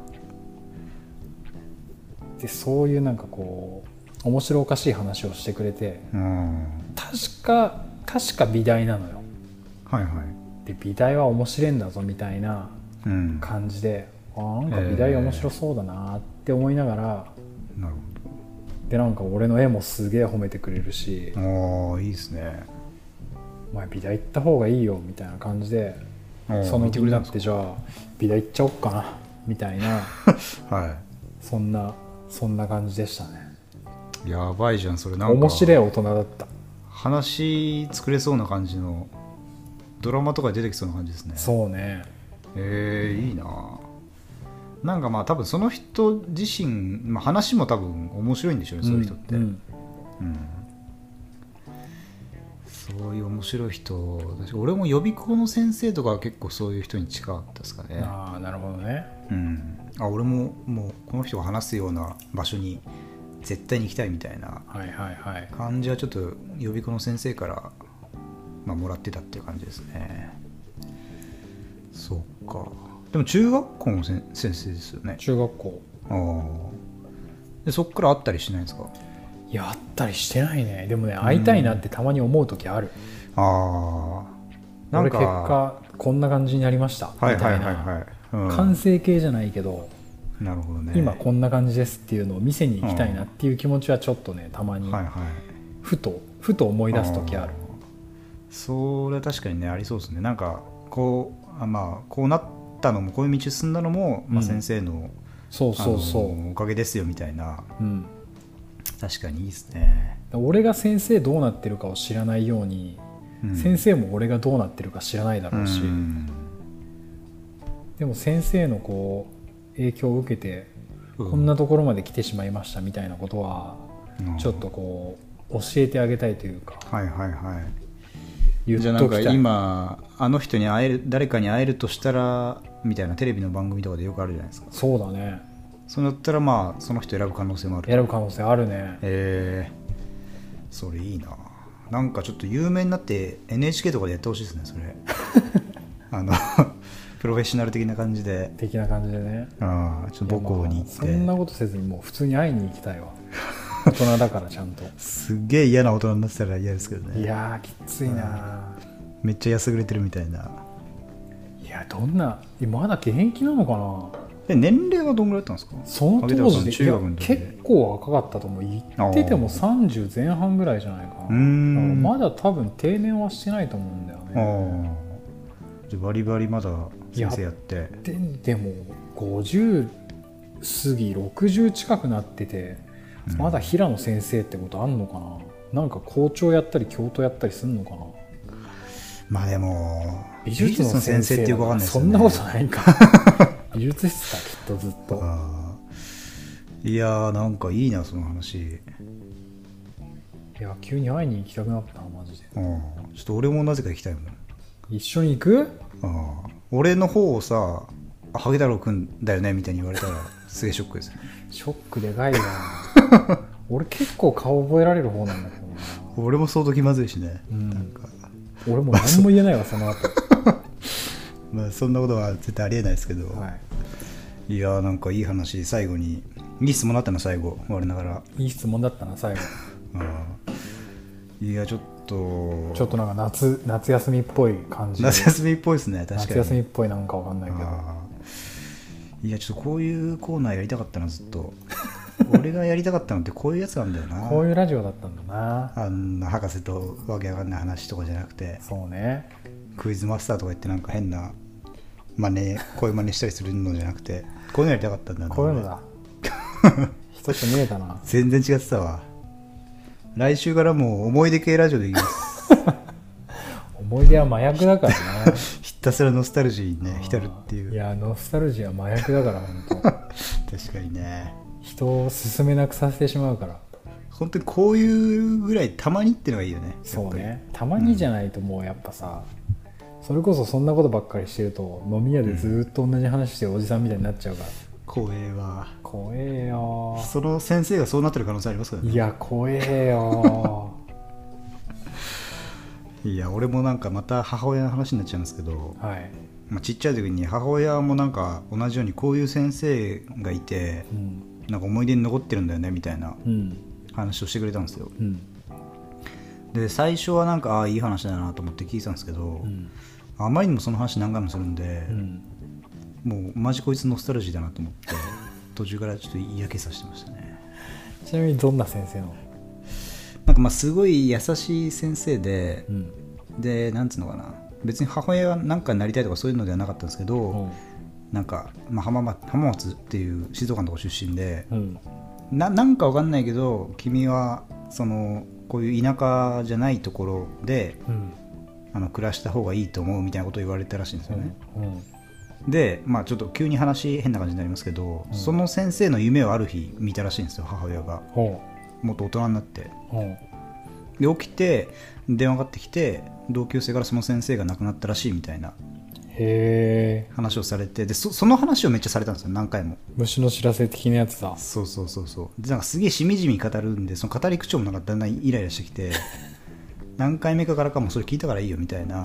[SPEAKER 2] でそういうなんかこう面白おかしい話をしてくれて
[SPEAKER 1] あうん
[SPEAKER 2] 確か確か美大なのよ
[SPEAKER 1] はいはい
[SPEAKER 2] で美大は面白いんだぞみたいな
[SPEAKER 1] うんな
[SPEAKER 2] 感じであーなんか美大面白そうだなって思いながら、
[SPEAKER 1] る
[SPEAKER 2] でなんか俺の絵もすげえ褒めてくれるし
[SPEAKER 1] ほどああいいですね
[SPEAKER 2] 「お前美大行った方がいいよ」みたいな感じで
[SPEAKER 1] ああ
[SPEAKER 2] その
[SPEAKER 1] 見て
[SPEAKER 2] 気
[SPEAKER 1] く
[SPEAKER 2] に
[SPEAKER 1] れ
[SPEAKER 2] な
[SPEAKER 1] た
[SPEAKER 2] ってじゃあ美大行っちゃおっかなみたいな
[SPEAKER 1] は
[SPEAKER 2] そんなそんな感じでしたね
[SPEAKER 1] いやばいじゃんそれなんか
[SPEAKER 2] 面白い大人だった
[SPEAKER 1] 話作れそうな感じのドラマとかに出てきそうな感じですね
[SPEAKER 2] そうね
[SPEAKER 1] えー、いいななんかまあ多分その人自身、まあ、話も多分面白いんでしょうねそういう人って、
[SPEAKER 2] んん
[SPEAKER 1] うんそういう面白い人私俺も予備校の先生とかは結構そういう人に近かったですかね
[SPEAKER 2] ああなるほどね
[SPEAKER 1] うん、あ俺ももうこの人が話すような場所に絶対に行きたいみたいな
[SPEAKER 2] はいはいはい
[SPEAKER 1] 感じはちょっと予備校の先生から、まあ、もらってたっていう感じですねそっかでも中学校のせん先生ですよね
[SPEAKER 2] 中学校
[SPEAKER 1] ああでそっから会ったりしないんですか
[SPEAKER 2] いやあったりしてないねでもね会いたいなってたまに思う時ある、
[SPEAKER 1] ああな
[SPEAKER 2] 俺
[SPEAKER 1] ん
[SPEAKER 2] 結
[SPEAKER 1] か
[SPEAKER 2] 果こんな感じになりましたみた
[SPEAKER 1] はいい
[SPEAKER 2] な、
[SPEAKER 1] はいはいはい、うん
[SPEAKER 2] 完成形じゃないけど、
[SPEAKER 1] なるほどね
[SPEAKER 2] 今こんな感じですっていうのを見せに行きたいなっていう気持ちはちょっとねたまに
[SPEAKER 1] はいはい
[SPEAKER 2] ふとふと思い出す時ある
[SPEAKER 1] ーそれは確かにねありそうですねなんかこうあまあこうなったのもこういう道進んだのも、まあ、
[SPEAKER 2] うん
[SPEAKER 1] 先生の,、
[SPEAKER 2] そうそうそう、
[SPEAKER 1] おかげですよみたいな
[SPEAKER 2] うん、
[SPEAKER 1] 確かにいいですね、
[SPEAKER 2] 俺が先生どうなってるかを知らないように、
[SPEAKER 1] うん
[SPEAKER 2] 先生も俺がどうなってるか知らないだろうし、
[SPEAKER 1] うん
[SPEAKER 2] でも先生のこう影響を受けてこんなところまで来てしまいましたみたいなことは
[SPEAKER 1] うん
[SPEAKER 2] ちょっとこう教えてあげたいというか
[SPEAKER 1] はいはいはい
[SPEAKER 2] 言っ
[SPEAKER 1] じゃあな
[SPEAKER 2] と
[SPEAKER 1] んか
[SPEAKER 2] きたい
[SPEAKER 1] 今あの人に会える誰かに会えるとしたらみたいなテレビの番組とかでよくあるじゃないですか
[SPEAKER 2] そうだね
[SPEAKER 1] そうなったらまあその人選ぶ可能性もある
[SPEAKER 2] 選ぶ可能性あるね
[SPEAKER 1] えー、それいいななんかちょっと有名になって NHK とかでやってほしいですねそ れあのプロフェッショナル的な感じで
[SPEAKER 2] 的な感じでね
[SPEAKER 1] あーちょっと母校に行って、
[SPEAKER 2] いやまあそんなことせずにもう普通に会いに行き たいわ大人だからちゃんと
[SPEAKER 1] すっげえ嫌な大人になってたら嫌ですけど
[SPEAKER 2] い
[SPEAKER 1] ね
[SPEAKER 2] やーきついな
[SPEAKER 1] めっちゃ安ぐれてるみたいない
[SPEAKER 2] やどんなまだ現役なのかな
[SPEAKER 1] で年齢はどんぐらいだったんですか
[SPEAKER 2] その
[SPEAKER 1] 影田
[SPEAKER 2] 当
[SPEAKER 1] さ
[SPEAKER 2] 時
[SPEAKER 1] ん
[SPEAKER 2] で
[SPEAKER 1] 中学の時
[SPEAKER 2] いや
[SPEAKER 1] で
[SPEAKER 2] 結構若かったと思う行ってても30前半ぐらいじゃないか
[SPEAKER 1] うー
[SPEAKER 2] なだから
[SPEAKER 1] ん
[SPEAKER 2] まだ多分定年はしてないと思うんだよ
[SPEAKER 1] あ
[SPEAKER 2] ね
[SPEAKER 1] あじゃあバリバリまだ先生やって
[SPEAKER 2] ででも50過ぎ60近くなってて
[SPEAKER 1] うん
[SPEAKER 2] まだ平野先生ってことあんのかな、なんか校長やったり教頭やったりすんのかな
[SPEAKER 1] まあでも
[SPEAKER 2] 美術の先生
[SPEAKER 1] 美術の先生ってよくわかんないです
[SPEAKER 2] そ
[SPEAKER 1] よ
[SPEAKER 2] ん
[SPEAKER 1] ね
[SPEAKER 2] なことないか美術室だきっとずっと
[SPEAKER 1] あーいやーなんかいいなその話
[SPEAKER 2] いや急に会いに行きたくなったなマジで
[SPEAKER 1] うんちょっと俺もなぜか行きたいもん
[SPEAKER 2] 一緒に行く
[SPEAKER 1] ああ俺の方をさ「あハゲ太郎くんだよね」みたいに言われたら すげえショックですね
[SPEAKER 2] ショック でかいよ俺結構顔覚えられる方なんだけどな
[SPEAKER 1] 俺も相当気まずいしね、
[SPEAKER 2] うん
[SPEAKER 1] なんか
[SPEAKER 2] 俺もう何も言えないわその 後
[SPEAKER 1] まあそんなことは絶対ありえないですけど、、
[SPEAKER 2] はい
[SPEAKER 1] やーなんかいい話最後にいい質問だったな最後我ながら
[SPEAKER 2] いいい質問だったな最後
[SPEAKER 1] ああいやちょっと
[SPEAKER 2] ちょっとなんか夏夏休みっぽい感じで
[SPEAKER 1] 夏休みっぽいですね確か
[SPEAKER 2] 夏
[SPEAKER 1] に
[SPEAKER 2] 休みっぽいなんかわかんないけど
[SPEAKER 1] あーいやちょっとこういうコーナーやりたかったなずっ と俺がやりたかったのってこういうやつなんだよな
[SPEAKER 2] こういうラジオだったんだな
[SPEAKER 1] あんな博士とわけわかんない話とかじゃなくて
[SPEAKER 2] そうね
[SPEAKER 1] クイズマスターとか言ってなんか変な真似こういう真似したりするのじゃなくてこういうのやりたかったんだな
[SPEAKER 2] こういう のだ一つ見えたな
[SPEAKER 1] 全然違ってたわ来週からもう思い出系ラジオでいきます
[SPEAKER 2] 思い出は麻薬だからね
[SPEAKER 1] ひたすらノスタルジーにね浸るっていう
[SPEAKER 2] いやノスタルジーは麻薬だから本当
[SPEAKER 1] 確かにね
[SPEAKER 2] 人を進めなくさせてしまうから
[SPEAKER 1] 本当にこういうぐらいたまにってのがいいよね
[SPEAKER 2] そうねたまにじゃないともうやっぱさ、それこそそんなことばっかりしてると飲み屋でずーっと同じ話してるおじさんみたいになっちゃうから、
[SPEAKER 1] 光栄は
[SPEAKER 2] 怖えよ
[SPEAKER 1] その先生がそうなってる可能性ありますからね
[SPEAKER 2] いや怖え よ
[SPEAKER 1] いや俺もなんかまた母親の話になっちゃうんですけど
[SPEAKER 2] はい、
[SPEAKER 1] まあ、ちっちゃい時に母親もなんか同じようにこういう先生がいて
[SPEAKER 2] うん
[SPEAKER 1] なんか思い出に残ってるんだよねみたいな
[SPEAKER 2] うん
[SPEAKER 1] 話をしてくれたんですよ
[SPEAKER 2] うん
[SPEAKER 1] で最初はなんかああいい話だなと思って聞いてたんですけど、
[SPEAKER 2] うん
[SPEAKER 1] あまりにもその話何回もするんで、
[SPEAKER 2] うん
[SPEAKER 1] もうマジこいつノスタルジーだなと思って 途中からちょっと嫌気させてましたね
[SPEAKER 2] ちなみにどんな先生の
[SPEAKER 1] なんかまあすごい優しい先生で
[SPEAKER 2] う、ん
[SPEAKER 1] でなんつうのかな別に母親はなんかになりたいとかそういうのではなかったんですけど、
[SPEAKER 2] うん
[SPEAKER 1] なんか、まあ、浜松浜松っていう静岡のとこ出身で、
[SPEAKER 2] うん
[SPEAKER 1] ななんかわかんないけど君はそのこういう田舎じゃないところで
[SPEAKER 2] うん
[SPEAKER 1] あの暮らした方がいいと思うみたいなことを言われたらしいんです
[SPEAKER 2] う
[SPEAKER 1] よ
[SPEAKER 2] ん
[SPEAKER 1] ね、でまあちょっと急に話変な感じになりますけど、その先生の夢をある日見たらしいんですよ母親が
[SPEAKER 2] ほ
[SPEAKER 1] もっと大人になって
[SPEAKER 2] うほう
[SPEAKER 1] で起きて電話がかかってきて同級生からその先生が亡くなったらしいみたいな
[SPEAKER 2] へえ
[SPEAKER 1] 話をされてでそその話をめっちゃされたんですよ何回も
[SPEAKER 2] 虫の知らせ的なやつだ
[SPEAKER 1] そうそうそうそうでなんかすげえしみじみ語るんでその語り口調もなんかだんだんイライラしてき て何回目かからかもうそれ聞いたからいいよみたいな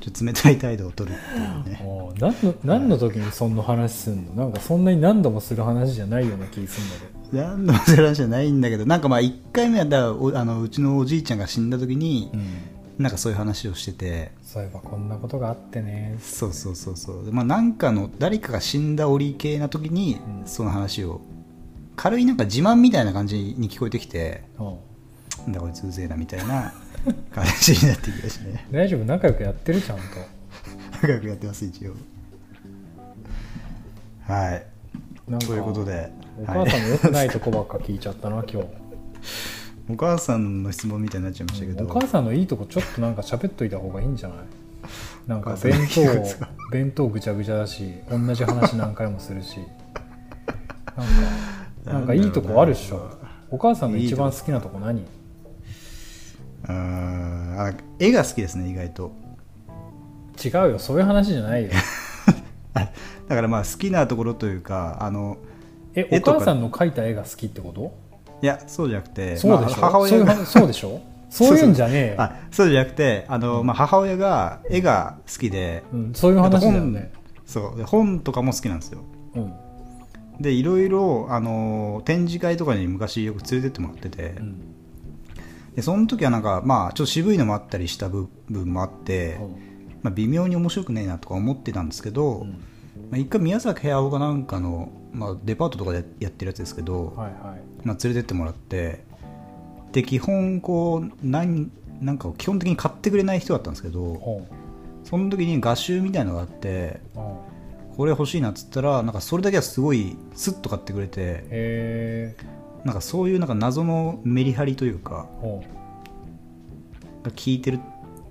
[SPEAKER 1] ちょっと冷たい態度を取るっていうね
[SPEAKER 2] おー何の何の時にそんな話すんのなんかそんなに何度もする話じゃないような気すんだけど
[SPEAKER 1] 何の話じゃないんだけどなんかまあ1回目はだからおあのうちのおじいちゃんが死んだ時に、なんかそういう話をしてて
[SPEAKER 2] そういえばこんなことがあってね
[SPEAKER 1] そうそうそうそうでまあなんかの誰かが死んだ折系な時に、
[SPEAKER 2] うん
[SPEAKER 1] その話を軽いなんか自慢みたいな感じに聞こえてきて
[SPEAKER 2] うん
[SPEAKER 1] なんだこいつうぜえなみたいな感じになってきたしね
[SPEAKER 2] 大丈夫仲良くやってるちゃんと
[SPEAKER 1] 仲良くやってます一応はい
[SPEAKER 2] なんか
[SPEAKER 1] ということで
[SPEAKER 2] お
[SPEAKER 1] は
[SPEAKER 2] 母
[SPEAKER 1] い
[SPEAKER 2] さんの良くないとこばっか聞いちゃったな今日
[SPEAKER 1] お母さんの質問みたいになっちゃいましたけど、
[SPEAKER 2] お母さんのいいとこちょっとなんか喋っといた方がいいんじ ゃないなん
[SPEAKER 1] お母
[SPEAKER 2] か
[SPEAKER 1] さん
[SPEAKER 2] 弁
[SPEAKER 1] のいいと
[SPEAKER 2] 当
[SPEAKER 1] こですか
[SPEAKER 2] 弁当ぐちゃぐちゃだし同じ話何回もするしなんかなんかいいとこあるっしょお母さんの一番好きなとこ何
[SPEAKER 1] うーんあ絵が好きですね意外と
[SPEAKER 2] 違うよそういう話じ ゃないよ
[SPEAKER 1] あだからまあ好きなところというかあの
[SPEAKER 2] えお
[SPEAKER 1] 絵とか
[SPEAKER 2] 母さんの描いた絵が好きってこと
[SPEAKER 1] いやそうじゃなくて
[SPEAKER 2] そうでしょ、
[SPEAKER 1] まあ母
[SPEAKER 2] そう
[SPEAKER 1] 親
[SPEAKER 2] いう
[SPEAKER 1] が
[SPEAKER 2] 話そうでしょそういうんじゃねえよ
[SPEAKER 1] あそうじゃなくてあの、まあ、母親が絵が好きで、
[SPEAKER 2] うん、そういう
[SPEAKER 1] あと
[SPEAKER 2] 話だよ
[SPEAKER 1] 本
[SPEAKER 2] ね、
[SPEAKER 1] そうで本とかも好きなんですよ
[SPEAKER 2] うん
[SPEAKER 1] でいろいろあの展示会とかに昔よく連れてってもらってて、
[SPEAKER 2] うん
[SPEAKER 1] でその時はなんかまあちょっと渋いのもあったりした部分もあって、まあ、微妙に面白くねえなとか思ってたんですけど、
[SPEAKER 2] うん
[SPEAKER 1] まあ、一回宮崎駿がなんかの、まあ、デパートとかでやってるやつですけど、
[SPEAKER 2] はいはい
[SPEAKER 1] まあ、連れてってもらってで基本こう何なんかを基本的に買ってくれない人だったんですけど
[SPEAKER 2] 本
[SPEAKER 1] その時に画集みたいのがあって
[SPEAKER 2] うん
[SPEAKER 1] これ欲しいなっつったらなんかそれだけはすごいスッと買ってくれて
[SPEAKER 2] へえ
[SPEAKER 1] なんかそういうなんか謎のメリハリというか
[SPEAKER 2] ほ
[SPEAKER 1] が効いてる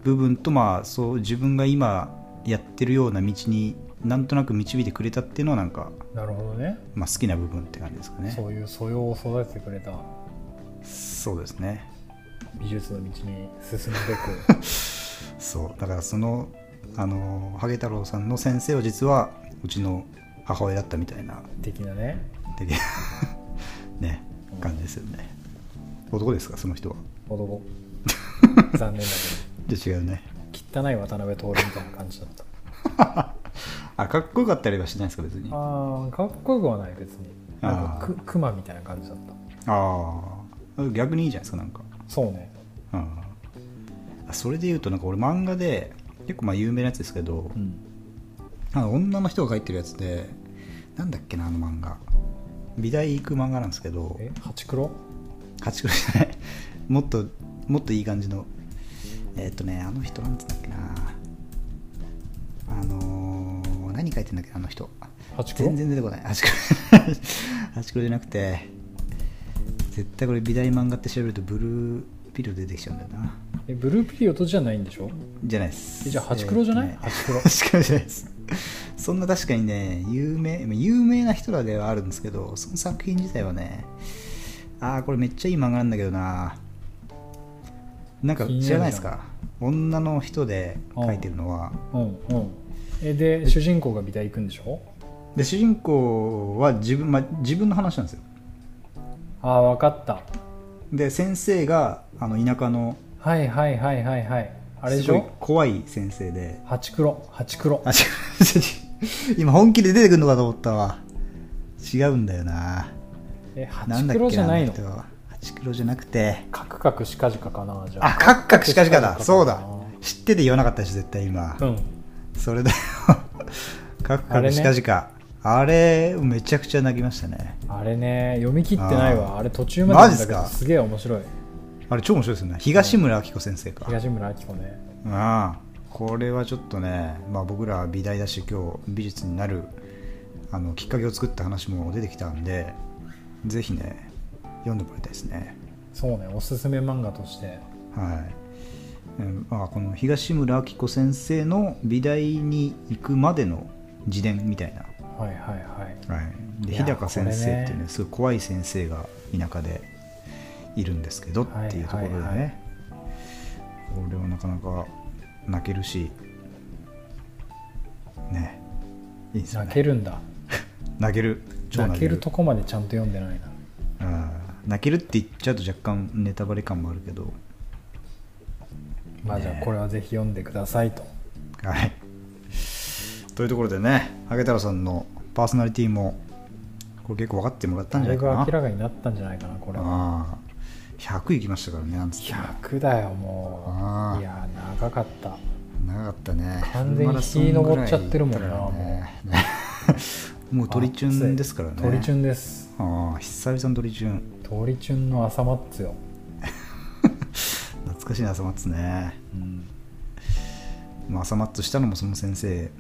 [SPEAKER 1] 部分とまあそう自分が今やってるような道になんとなく導いてくれたっていうのはなんか、
[SPEAKER 2] うなるほどね
[SPEAKER 1] まあ、好きな部分って感じですかね
[SPEAKER 2] そういう素養を育ててくれた
[SPEAKER 1] そうですね
[SPEAKER 2] 美術の道に進むべく
[SPEAKER 1] そうだからそのあのハゲ太郎さんの先生は実はうちの母親だったみたいな
[SPEAKER 2] 的なね
[SPEAKER 1] 的 ね感じですよね男ですかその人は
[SPEAKER 2] 男残念だ
[SPEAKER 1] じゃあ違うね
[SPEAKER 2] けど汚い渡辺徹みたいな感じだった
[SPEAKER 1] あかっこよかったりはしないですか別にあ
[SPEAKER 2] あーかっこよくはない別になん
[SPEAKER 1] あー
[SPEAKER 2] かくクマみたいな感じだった
[SPEAKER 1] あー逆にいいじゃないですかなんか
[SPEAKER 2] そうね
[SPEAKER 1] うんあそれで言うとなんか俺漫画で結構まあ有名なやつですけど、
[SPEAKER 2] うん
[SPEAKER 1] あの女の人が描いてるやつでなんだっけなあの漫画美大行く漫画なんですけど
[SPEAKER 2] えハチクロ
[SPEAKER 1] 八九じゃないもっともっといい感じのえーっ、とねあの人なんつったっけなあのー何書いてんだっけなあの人
[SPEAKER 2] ハチクロ
[SPEAKER 1] 全然出てこない八九 八九じゃなくて絶対これ美大漫画って調べるとブルーピリオ出てきちゃうんだよな
[SPEAKER 2] えブルーピリオドじゃないんでしょ
[SPEAKER 1] じゃないです
[SPEAKER 2] えじゃあハチクロじゃない
[SPEAKER 1] えーっと
[SPEAKER 2] ハチクロ
[SPEAKER 1] ハチクロじゃないですそんな確かにね有名有名な人らではあるんですけどその作品自体はねああこれめっちゃいい漫画なんだけどななんか
[SPEAKER 2] 気になる
[SPEAKER 1] 知らないですか女の人で書いてるのは
[SPEAKER 2] うんうんえで主人公が美大行くんでしょ
[SPEAKER 1] で主人公は自分,、まあ、自分の話なんですよ
[SPEAKER 2] ああ分かった
[SPEAKER 1] で先生があの田舎の
[SPEAKER 2] はいはいはいはいはいあれですし
[SPEAKER 1] ごい
[SPEAKER 2] ょ
[SPEAKER 1] 怖い先生で
[SPEAKER 2] ハチクロハチクロ
[SPEAKER 1] あ違う 今本気で出てくるのかと思ったわ違うんだよな
[SPEAKER 2] えハ
[SPEAKER 1] な
[SPEAKER 2] チ
[SPEAKER 1] んだ
[SPEAKER 2] ク
[SPEAKER 1] っ
[SPEAKER 2] ロ
[SPEAKER 1] け
[SPEAKER 2] じゃない
[SPEAKER 1] あ
[SPEAKER 2] の
[SPEAKER 1] 人は八クロじゃなくて
[SPEAKER 2] カクカクシカジカかなじゃ
[SPEAKER 1] あ
[SPEAKER 2] あ
[SPEAKER 1] カッカクシカシカだ
[SPEAKER 2] カッカクシカシカ
[SPEAKER 1] そうだ
[SPEAKER 2] かな
[SPEAKER 1] 知ってて言わなかったし絶対今、
[SPEAKER 2] うん
[SPEAKER 1] それだよ カッカ
[SPEAKER 2] あれ
[SPEAKER 1] ク
[SPEAKER 2] ね
[SPEAKER 1] シカシカあれ,、めちゃくちゃ泣きましたね
[SPEAKER 2] あれね読み切ってないわ
[SPEAKER 1] あ
[SPEAKER 2] あれ途中ま
[SPEAKER 1] マ
[SPEAKER 2] で
[SPEAKER 1] ジっす
[SPEAKER 2] 読んだけ
[SPEAKER 1] か
[SPEAKER 2] どすげえ面白い
[SPEAKER 1] あれ超面白いですよね東村明子先生か、
[SPEAKER 2] 東村明子ね
[SPEAKER 1] ああこれはちょっとね、まあ、僕らは美大だし今日美術になるあのきっかけを作った話も出てきたんでぜひね読んでもらいたいですね
[SPEAKER 2] そうねおすすめ漫画として
[SPEAKER 1] はいうんあこの東村明子先生の美大に行くまでの自伝みたいな
[SPEAKER 2] はいはいはい
[SPEAKER 1] はい、で
[SPEAKER 2] い
[SPEAKER 1] 日
[SPEAKER 2] や
[SPEAKER 1] 高先生っていう
[SPEAKER 2] これ
[SPEAKER 1] ね
[SPEAKER 2] ね
[SPEAKER 1] すごい怖い先生が田舎でいるんですけどっていうところでね、
[SPEAKER 2] はいはいはい
[SPEAKER 1] これはなかなか泣けるしねいいですよ
[SPEAKER 2] 泣
[SPEAKER 1] ね
[SPEAKER 2] けるんだ
[SPEAKER 1] 泣ける超
[SPEAKER 2] 泣
[SPEAKER 1] 泣
[SPEAKER 2] け
[SPEAKER 1] け
[SPEAKER 2] る
[SPEAKER 1] る
[SPEAKER 2] とこまでちゃんと読んでないな
[SPEAKER 1] うん泣けるって言っちゃうと若干ネタバレ感もあるけど
[SPEAKER 2] まあじゃあこれはぜひ読んでくださいと
[SPEAKER 1] はいというところでねハゲ太郎さんのパーソナリティもこれ結構分かってもらったんじゃな
[SPEAKER 2] だ
[SPEAKER 1] いいか
[SPEAKER 2] ぶ
[SPEAKER 1] な
[SPEAKER 2] 明らかになったんじゃないかなこれは
[SPEAKER 1] ああ100いきましたからねなんつっても
[SPEAKER 2] 100だよも
[SPEAKER 1] あー
[SPEAKER 2] ういや長かった
[SPEAKER 1] 長かったね
[SPEAKER 2] 完全に日登っちゃってるもんな
[SPEAKER 1] フルマラソンぐらい行ったからね もう鳥チュンですからね
[SPEAKER 2] 鳥チュンです
[SPEAKER 1] ああ久々の鳥チュン
[SPEAKER 2] 鳥チュンの朝マッツよ
[SPEAKER 1] 懐かしいな朝マッツね、
[SPEAKER 2] うん
[SPEAKER 1] まあ、朝マッツしたのもその先生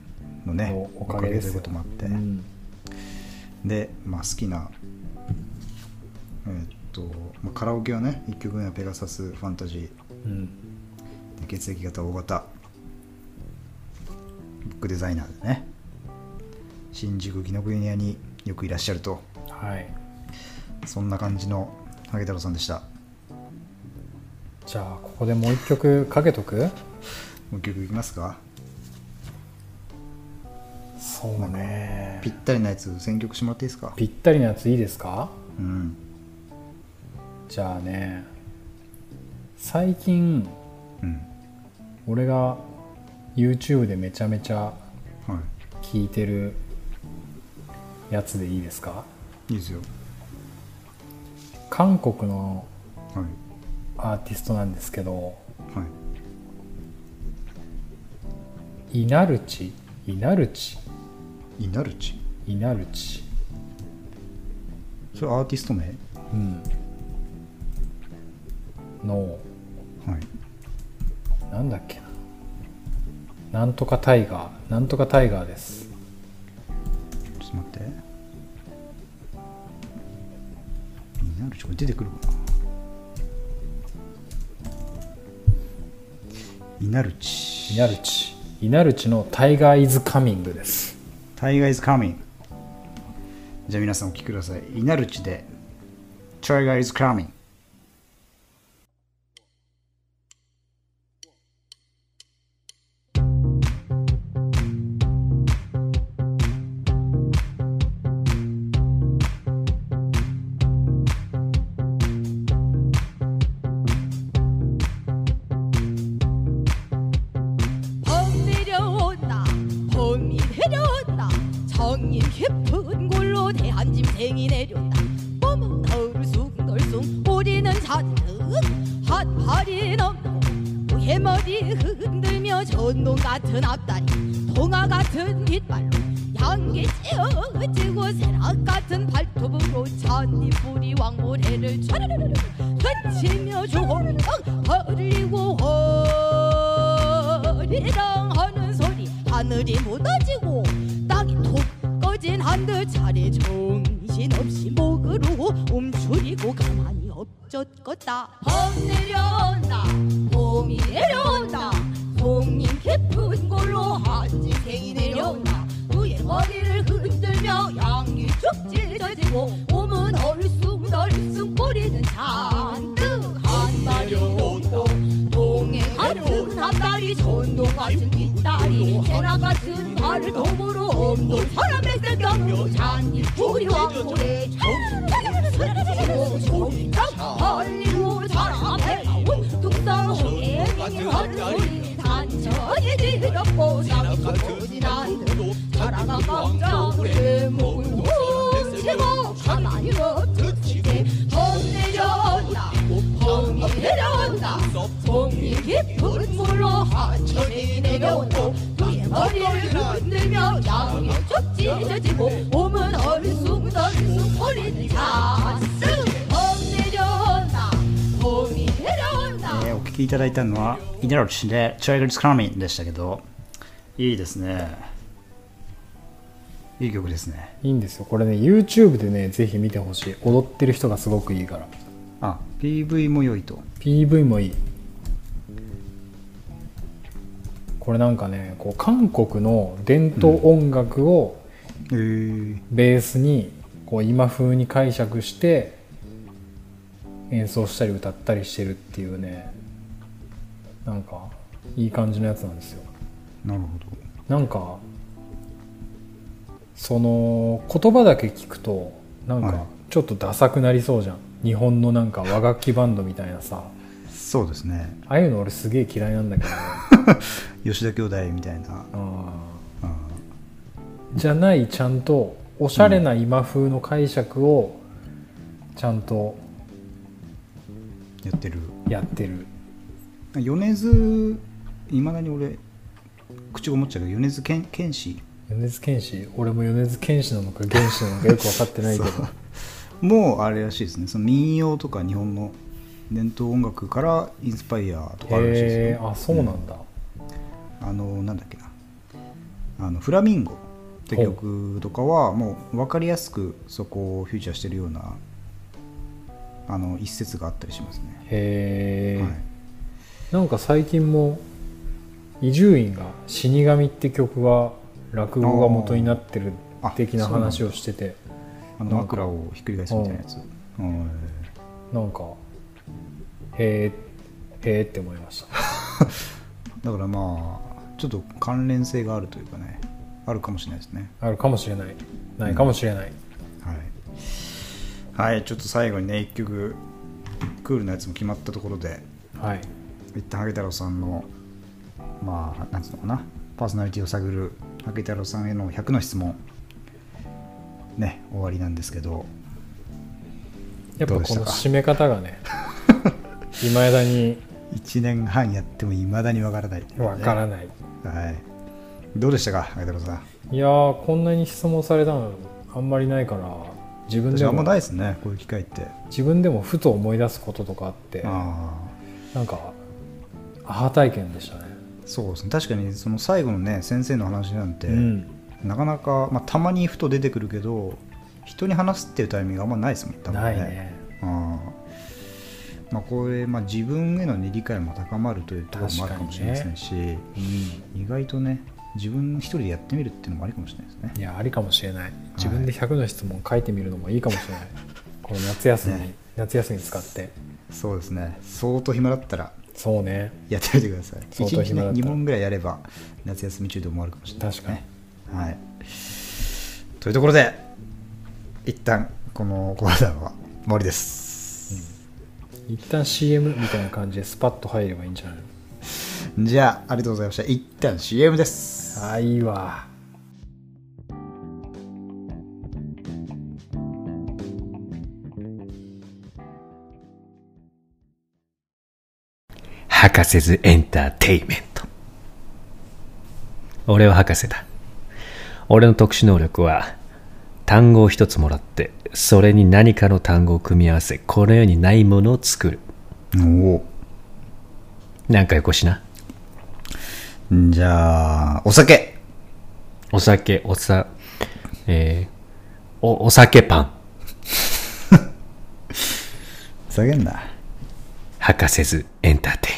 [SPEAKER 1] のね
[SPEAKER 2] のおかげで
[SPEAKER 1] と
[SPEAKER 2] す
[SPEAKER 1] いう
[SPEAKER 2] よ
[SPEAKER 1] こともあって、
[SPEAKER 2] うん
[SPEAKER 1] で、まあ、好きなえーっと、まあ、カラオケはね1曲目は「ペガサスファンタジー」
[SPEAKER 2] うん
[SPEAKER 1] で血液型 O 型ブックデザイナーでね新宿紀ノ国屋によくいらっしゃると
[SPEAKER 2] はい
[SPEAKER 1] そんな感じのハゲ太郎さんでした。
[SPEAKER 2] じゃあここでもう一曲かけとく
[SPEAKER 1] もう一曲いきますか
[SPEAKER 2] そうね
[SPEAKER 1] ぴったりなやつ選曲してもらっていいですか
[SPEAKER 2] ぴったりのやついいですか
[SPEAKER 1] うん。
[SPEAKER 2] じゃあね最近
[SPEAKER 1] うん。
[SPEAKER 2] 俺が YouTube でめちゃめちゃ
[SPEAKER 1] は
[SPEAKER 2] 聴いてるやつでいいですか
[SPEAKER 1] い。いいですよ。
[SPEAKER 2] 韓国の
[SPEAKER 1] はい。
[SPEAKER 2] アーティストなんですけど
[SPEAKER 1] はい。
[SPEAKER 2] イナルチイナルチ
[SPEAKER 1] イナルチ。
[SPEAKER 2] イナルチ
[SPEAKER 1] それアーティスト名はい。
[SPEAKER 2] うんのなんだっけななんとかタイガーなんとかタイガーです
[SPEAKER 1] ちょっと待って。イナルチこれ出てくるかなイナルチ。
[SPEAKER 2] イナルチイナルチの「タイガー・イズ・カミング」です
[SPEAKER 1] タイガー is coming。じゃあ皆さんお聞きください。イナルチで、タイガー is coming。
[SPEAKER 3] 봄 내려온다 봄이 내려온다 정이 깊은 골로 대한 짐생이 내려온다 봄은 너울숭덜숭 우리는 잔뜩 한 팔이 넘고 해머리 흔들며 전동 같은 앞다리 동화 같은 깃발로 향기 찌어지고 새락 같은 발톱으로 잔디뿌리 왕모래를 차르르르 흔치며 주홍빵 허리고 허리랑 하는 소리 하늘이 무너지고 땅이 톡 꺼진 한듯 차례 정신없이 목으로 움츠리고 가만히 엎젖었다 봄 내려온다 봄이 내려온다 봄님 깊은 골로 한지생이 내려온다 그의 머리를 흔들며 양이 쭉 찢어지고 몸은 얼숭덜숭 꼬리는 잔뜩 한 마리 온다 동해 같은 앞다리 전동 같은 뒷다리 세나 같은 발을 돔으로 없는 사람의 쓸데없는 잔이 우리 왕골에 소리가 걸리고 사람의 나온 뚝성에 걸리 단천이 지럽고 사람이 소리 나이들 사랑아 깜짝을 목을 훔치고 가만히 멈추지게 험내려온다 험이 내려온다 봄이 깊은 물로 하천이 내려오고 그의 머리를 흔들며 양이 쭉 찢어지고 몸은 얼숭덜숭 허리는 자승 봄 내려온다 봄이 내려온다
[SPEAKER 1] えーお聞きいただいたのは「イデロッチ」で「チャイルド・スカラミン」でしたけどいいですねいい曲ですね
[SPEAKER 2] いいんですよこれね YouTube でねぜひ見てほしい踊ってる人がすごくいいから
[SPEAKER 1] あ PV も良いと
[SPEAKER 2] PV もいいこれなんかねこう韓国の伝統音楽を
[SPEAKER 1] えー、
[SPEAKER 2] ベースにこう今風に解釈して演奏したり歌ったりしてるっていうねなんかいい感じのやつなんですよ
[SPEAKER 1] なるほ
[SPEAKER 2] なんかその言葉だけ聞くとなん
[SPEAKER 1] はい
[SPEAKER 2] かちょっとダサくなりそうじゃん、日本のなんか和楽器バンドみたいなさ
[SPEAKER 1] どそうですね
[SPEAKER 2] ああいうの俺すげえ嫌いなんだけど、
[SPEAKER 1] 吉田兄弟みたいな
[SPEAKER 2] うん
[SPEAKER 1] うん
[SPEAKER 2] じゃないちゃんとおしゃれな今風の解釈をちゃんと
[SPEAKER 1] やってる
[SPEAKER 2] やってる、
[SPEAKER 1] 米津いまだに俺口ごもっちゃうけど米津玄玄師
[SPEAKER 2] 米津玄師俺も米津玄師なのか玄師なのかよく分かってないけど
[SPEAKER 1] そうもうあれらしいですねその民謡とか日本の伝統音楽からインスパイアとかあるらしいです
[SPEAKER 2] へえ
[SPEAKER 1] よ、
[SPEAKER 2] あそうなんだ、
[SPEAKER 1] あのなんだっけなあのフラミンゴって曲とかはもう分かりやすくそこをフューチャーしてるようなあの一節があったりしますね、
[SPEAKER 2] へえ、
[SPEAKER 1] はい
[SPEAKER 2] なんか最近も伊集院が「死神」って曲が落語が元になってる
[SPEAKER 1] あーあ
[SPEAKER 2] 的な
[SPEAKER 1] そうなんだ
[SPEAKER 2] 話をしてて
[SPEAKER 1] あの枕をひっくり返すみたいなやつ、はい
[SPEAKER 2] なんかへえへえって思いました
[SPEAKER 1] だからまあちょっと関連性があるというかねあるかもしれないですね
[SPEAKER 2] あるかもしれないないかもしれない、
[SPEAKER 1] はい、はい、ちょっと最後にね一曲クールなやつも決まったところで
[SPEAKER 2] はい
[SPEAKER 1] 一旦ハゲ太郎さんのまあなんつうのかなパーソナリティを探るハゲ太郎さんへの100の質問ね終わりなんですけど
[SPEAKER 2] やっぱ
[SPEAKER 1] どうでし
[SPEAKER 2] こ
[SPEAKER 1] た
[SPEAKER 2] の
[SPEAKER 1] か
[SPEAKER 2] 締め方 がねいまだに
[SPEAKER 1] 1年半やってもいまだにわからない
[SPEAKER 2] わからない
[SPEAKER 1] はいどうでしたかハゲ太郎さん
[SPEAKER 2] いやーこんなに質問されたのあんまりないから自分
[SPEAKER 1] 私
[SPEAKER 2] で
[SPEAKER 1] あんまない
[SPEAKER 2] も
[SPEAKER 1] ですねこういう機会って
[SPEAKER 2] 自分でもふと思い出すこととかあって
[SPEAKER 1] ああ
[SPEAKER 2] なんかアハ体験でしたね
[SPEAKER 1] そうですね確かにその最後のね先生の話なんて、
[SPEAKER 2] うん
[SPEAKER 1] なかなか、まあ、たまにふと出てくるけど人に話すっていうタイミングがあんまないですもん多分
[SPEAKER 2] ないね
[SPEAKER 1] あーまあ、これ、まあ、自分への、ね、理解も高まるというところもあるかもしれませんし、意外とね自分一人でやってみるっていうのもありかもしれないですね
[SPEAKER 2] いやありかもしれない自分で100の質問書いてみるのもいいかもし れない、この夏休み、
[SPEAKER 1] ね
[SPEAKER 2] 夏休み使って
[SPEAKER 1] そうですね相当暇だったら
[SPEAKER 2] そうね
[SPEAKER 1] やってみてください
[SPEAKER 2] 相
[SPEAKER 1] 一
[SPEAKER 2] 当
[SPEAKER 1] 日、
[SPEAKER 2] 暇
[SPEAKER 1] ね、
[SPEAKER 2] だったら
[SPEAKER 1] 2問ぐらいやれば夏休み中でもあるかもしれないですねはい、というところで一旦このコーナーは終わりです、
[SPEAKER 2] 一旦 CM みたいな感じでスパッと入ればいいんじゃない
[SPEAKER 1] じゃあありがとうございました一旦 CM です
[SPEAKER 2] ああいいわ
[SPEAKER 4] 博士ズエンターテイメント俺は博士だ俺の特殊能力は単語を一つもらってそれに何かの単語を組み合わせこの世にないものを作る
[SPEAKER 1] お
[SPEAKER 4] なんかよこしな
[SPEAKER 1] おじゃあお酒
[SPEAKER 4] お酒おさえーおお酒パン
[SPEAKER 1] 下げんな
[SPEAKER 4] 博士ズエンターテイ